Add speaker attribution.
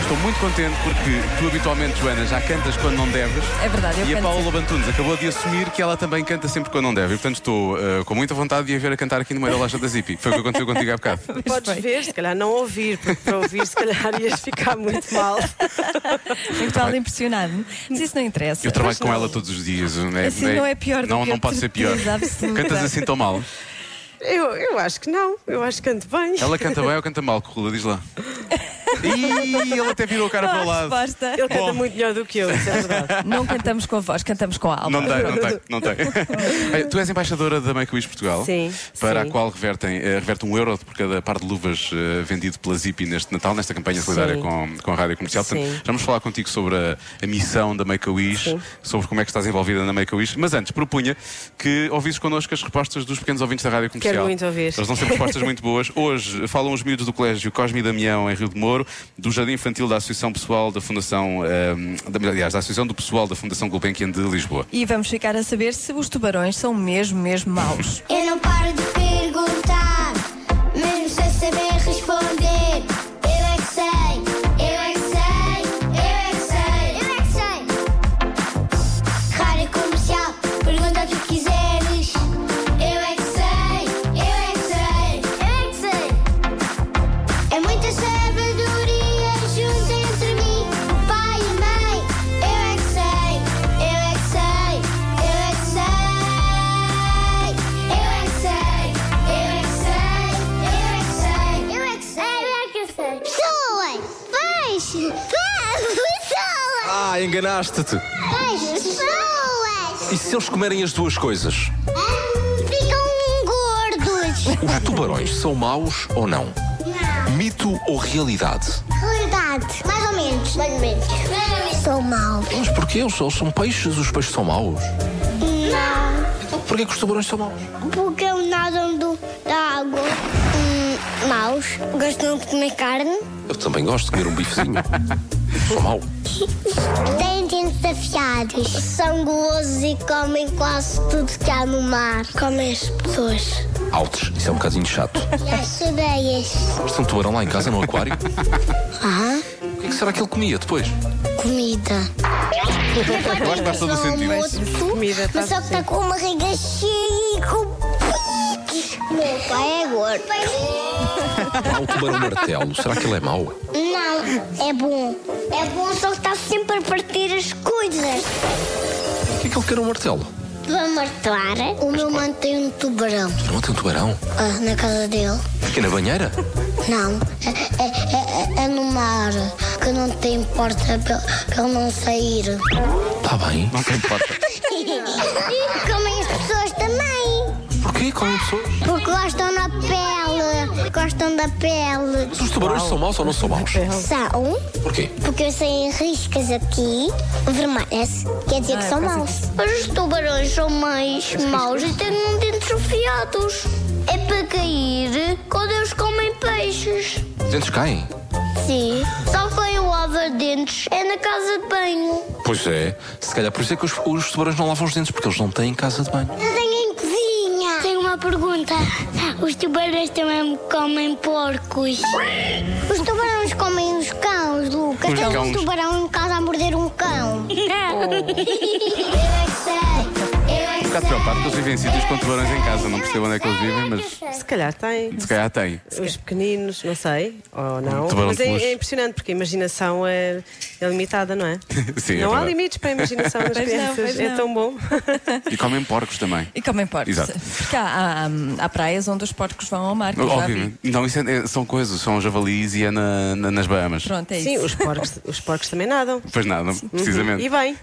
Speaker 1: Estou muito contente porque tu habitualmente, Joana, já cantas quando não deves.
Speaker 2: É verdade, eu
Speaker 1: E a
Speaker 2: canto
Speaker 1: Paula Bantunes acabou de assumir que ela também canta sempre quando não deve. E portanto estou eh, com muita vontade de a ver a cantar aqui no meio da loja da Zipi. Foi o que aconteceu contigo há bocado.
Speaker 3: Podes ver, se calhar não ouvir, porque para ouvir, se calhar ias ficar muito mal.
Speaker 2: Muito mal impressionado. Mas isso não interessa.
Speaker 1: Eu trabalho com ela todos os dias. Né?
Speaker 2: Assim não é pior do
Speaker 1: Não,
Speaker 2: que
Speaker 1: não
Speaker 2: a
Speaker 1: pode ser pior.
Speaker 2: tristeza absoluta.
Speaker 1: Cantas assim tão mal.
Speaker 3: Eu, eu acho que não, eu acho que canto bem.
Speaker 1: Ela canta bem ou canta mal, Corrula? Diz lá. Ih, ele até virou a cara para o
Speaker 2: Boa
Speaker 1: lado.
Speaker 2: resposta.
Speaker 3: Ele canta
Speaker 1: Bom.
Speaker 3: muito melhor do que eu, isso é verdade.
Speaker 2: Não cantamos com a voz, cantamos com a alma.
Speaker 1: Não tem, não tem, não tem. Eh, tu és embaixadora da Make a Wish Portugal,
Speaker 3: Sim,
Speaker 1: para
Speaker 3: sim.
Speaker 1: a qual revertem, eh, reverte um euro por cada par de luvas eh, vendido pela Zipi neste Natal, nesta campanha solidária
Speaker 3: Sim.
Speaker 1: com, com a Rádio Comercial. Portanto,
Speaker 3: Sim.
Speaker 1: já vamos falar contigo sobre a, a missão da Make a Wish,
Speaker 3: Sim.
Speaker 1: sobre como é que estás envolvida na Make a Wish. Mas antes, propunha que ouvisses connosco as respostas dos pequenos ouvintes da Rádio Comercial.
Speaker 3: muito ouvir.
Speaker 1: Eles dão sempre respostas muito boas. Hoje falam os miúdos do Colégio Cosme e Damião em Rio de Moro, do Jardim Infantil da Associação Pessoal da Fundação, eh, da, aliás, da Associação do Pessoal da Fundação Gulbenkian de Lisboa.
Speaker 2: E vamos ficar a saber se os tubarões são mesmo, mesmo maus.
Speaker 4: Eu não paro de perguntar, mesmo sem saber responder. Eu é que sei, eu é que sei, eu é que sei, eu é que sei. Rádio comercial, pergunta o que quiseres. Eu é que sei, eu é que sei, eu é que sei. É muita sabedoria junto entre mim, pai e mãe. Eu é que sei, eu é que sei, eu é que sei. Eu é que sei, eu é que sei, eu é que sei, eu é que sei, eu é que sei. Pessoas, peixes, pessoas,
Speaker 5: Ah, enganaste-te.
Speaker 4: peixes, pessoas.
Speaker 5: E se eles comerem as duas coisas?
Speaker 4: Ficam gordos.
Speaker 5: Os tubarões são maus ou não?
Speaker 4: Não.
Speaker 5: Mito ou realidade?
Speaker 4: Realidade. Mais ou menos. Mais ou menos. Sou mau.
Speaker 5: Mas porquê? Eles só são peixes, os peixes são maus.
Speaker 4: Não.
Speaker 5: Então porquê que os tubarões são maus?
Speaker 4: Porque nadam do, da água. Hum, maus. Gostam de comer carne.
Speaker 5: Eu também gosto de comer um bifezinho. sou mau.
Speaker 4: Têm dentes afiados. São gulosos e comem quase tudo que há no mar. Comem as pessoas.
Speaker 5: Altos, isso é um bocadinho chato.
Speaker 4: E as sereias.
Speaker 5: Mas tem um tubarão lá em casa no aquário? O que é que será que ele comia depois?
Speaker 4: Comida. é
Speaker 1: Eu acho que faz todo o sentido.
Speaker 3: Comida, tá
Speaker 4: mas só que está com uma barriga cheia e com piques. Meu pai é gordo.
Speaker 5: Ah, o tubarão martelo, será que ele é mau?
Speaker 4: Não, é bom. É bom, só que está sempre a partir as coisas.
Speaker 5: O que é que ele quer um martelo?
Speaker 4: Vamos martelar. O meu mano tem um tubarão
Speaker 5: Não tem um tubarão?
Speaker 4: ah, na casa dele.
Speaker 5: Aqui na banheira?
Speaker 4: Não, é, é- é- é- é no mar, que não tem porta para para ele não sair.
Speaker 5: Está Tá bem.
Speaker 1: Não tem importa.
Speaker 4: E comem as pessoas também.
Speaker 5: Porquê? é Comem pessoas?
Speaker 4: Porque gostam da pele, gostam da pele.
Speaker 5: Mas os tubarões são maus ou não são maus?
Speaker 4: São,
Speaker 5: Porquê?
Speaker 4: porque saem riscas aqui, vermelhas, quer dizer que são maus. Mas os tubarões são mais maus e têm um dentes afiados. É para cair quando eles comem peixes.
Speaker 5: Os dentes caem?
Speaker 4: Sim. Só foi o lava-dentes. É na casa de banho.
Speaker 5: Pois é. Se calhar por isso é que os, os tubarões não lavam os dentes, porque eles não têm casa de banho.
Speaker 4: Eu tenho em cozinha. Tenho uma pergunta. Os tubarões também comem porcos. Os tubarões comem os cães, Lucas.
Speaker 1: Os
Speaker 4: Tem um
Speaker 1: cães.
Speaker 4: tubarão em casa a morder um cão. Eu é que
Speaker 1: Um bocado preocupado porque eles vivem em sítios com tubarões em casa. Não percebo onde é que eles vivem, mas
Speaker 3: Se calhar tem.
Speaker 1: se calhar tem.
Speaker 3: Os pequeninos, não sei, ou não.
Speaker 1: tubarão
Speaker 3: Mas é,
Speaker 1: com os-
Speaker 3: é impressionante porque a imaginação é, é limitada, não é?
Speaker 1: Sim, é
Speaker 3: não há
Speaker 1: verdade.
Speaker 3: limites para a imaginação das
Speaker 2: Pois não,
Speaker 3: crianças.
Speaker 2: pois
Speaker 3: é
Speaker 2: não.
Speaker 3: tão bom.
Speaker 1: E comem porcos também.
Speaker 2: E comem porcos.
Speaker 1: Exato.
Speaker 2: Porque há, há- há praias onde os porcos vão ao mar. que eu já vi.
Speaker 1: Obviamente. Não, isso é- é- são coisas, são javalis e é na- na- nas Bahamas.
Speaker 2: Pronto, é
Speaker 3: Sim,
Speaker 2: isso.
Speaker 3: os porcos, os porcos também nadam.
Speaker 1: Pois nada,
Speaker 3: Uhum. E
Speaker 1: precisamente.
Speaker 3: bem.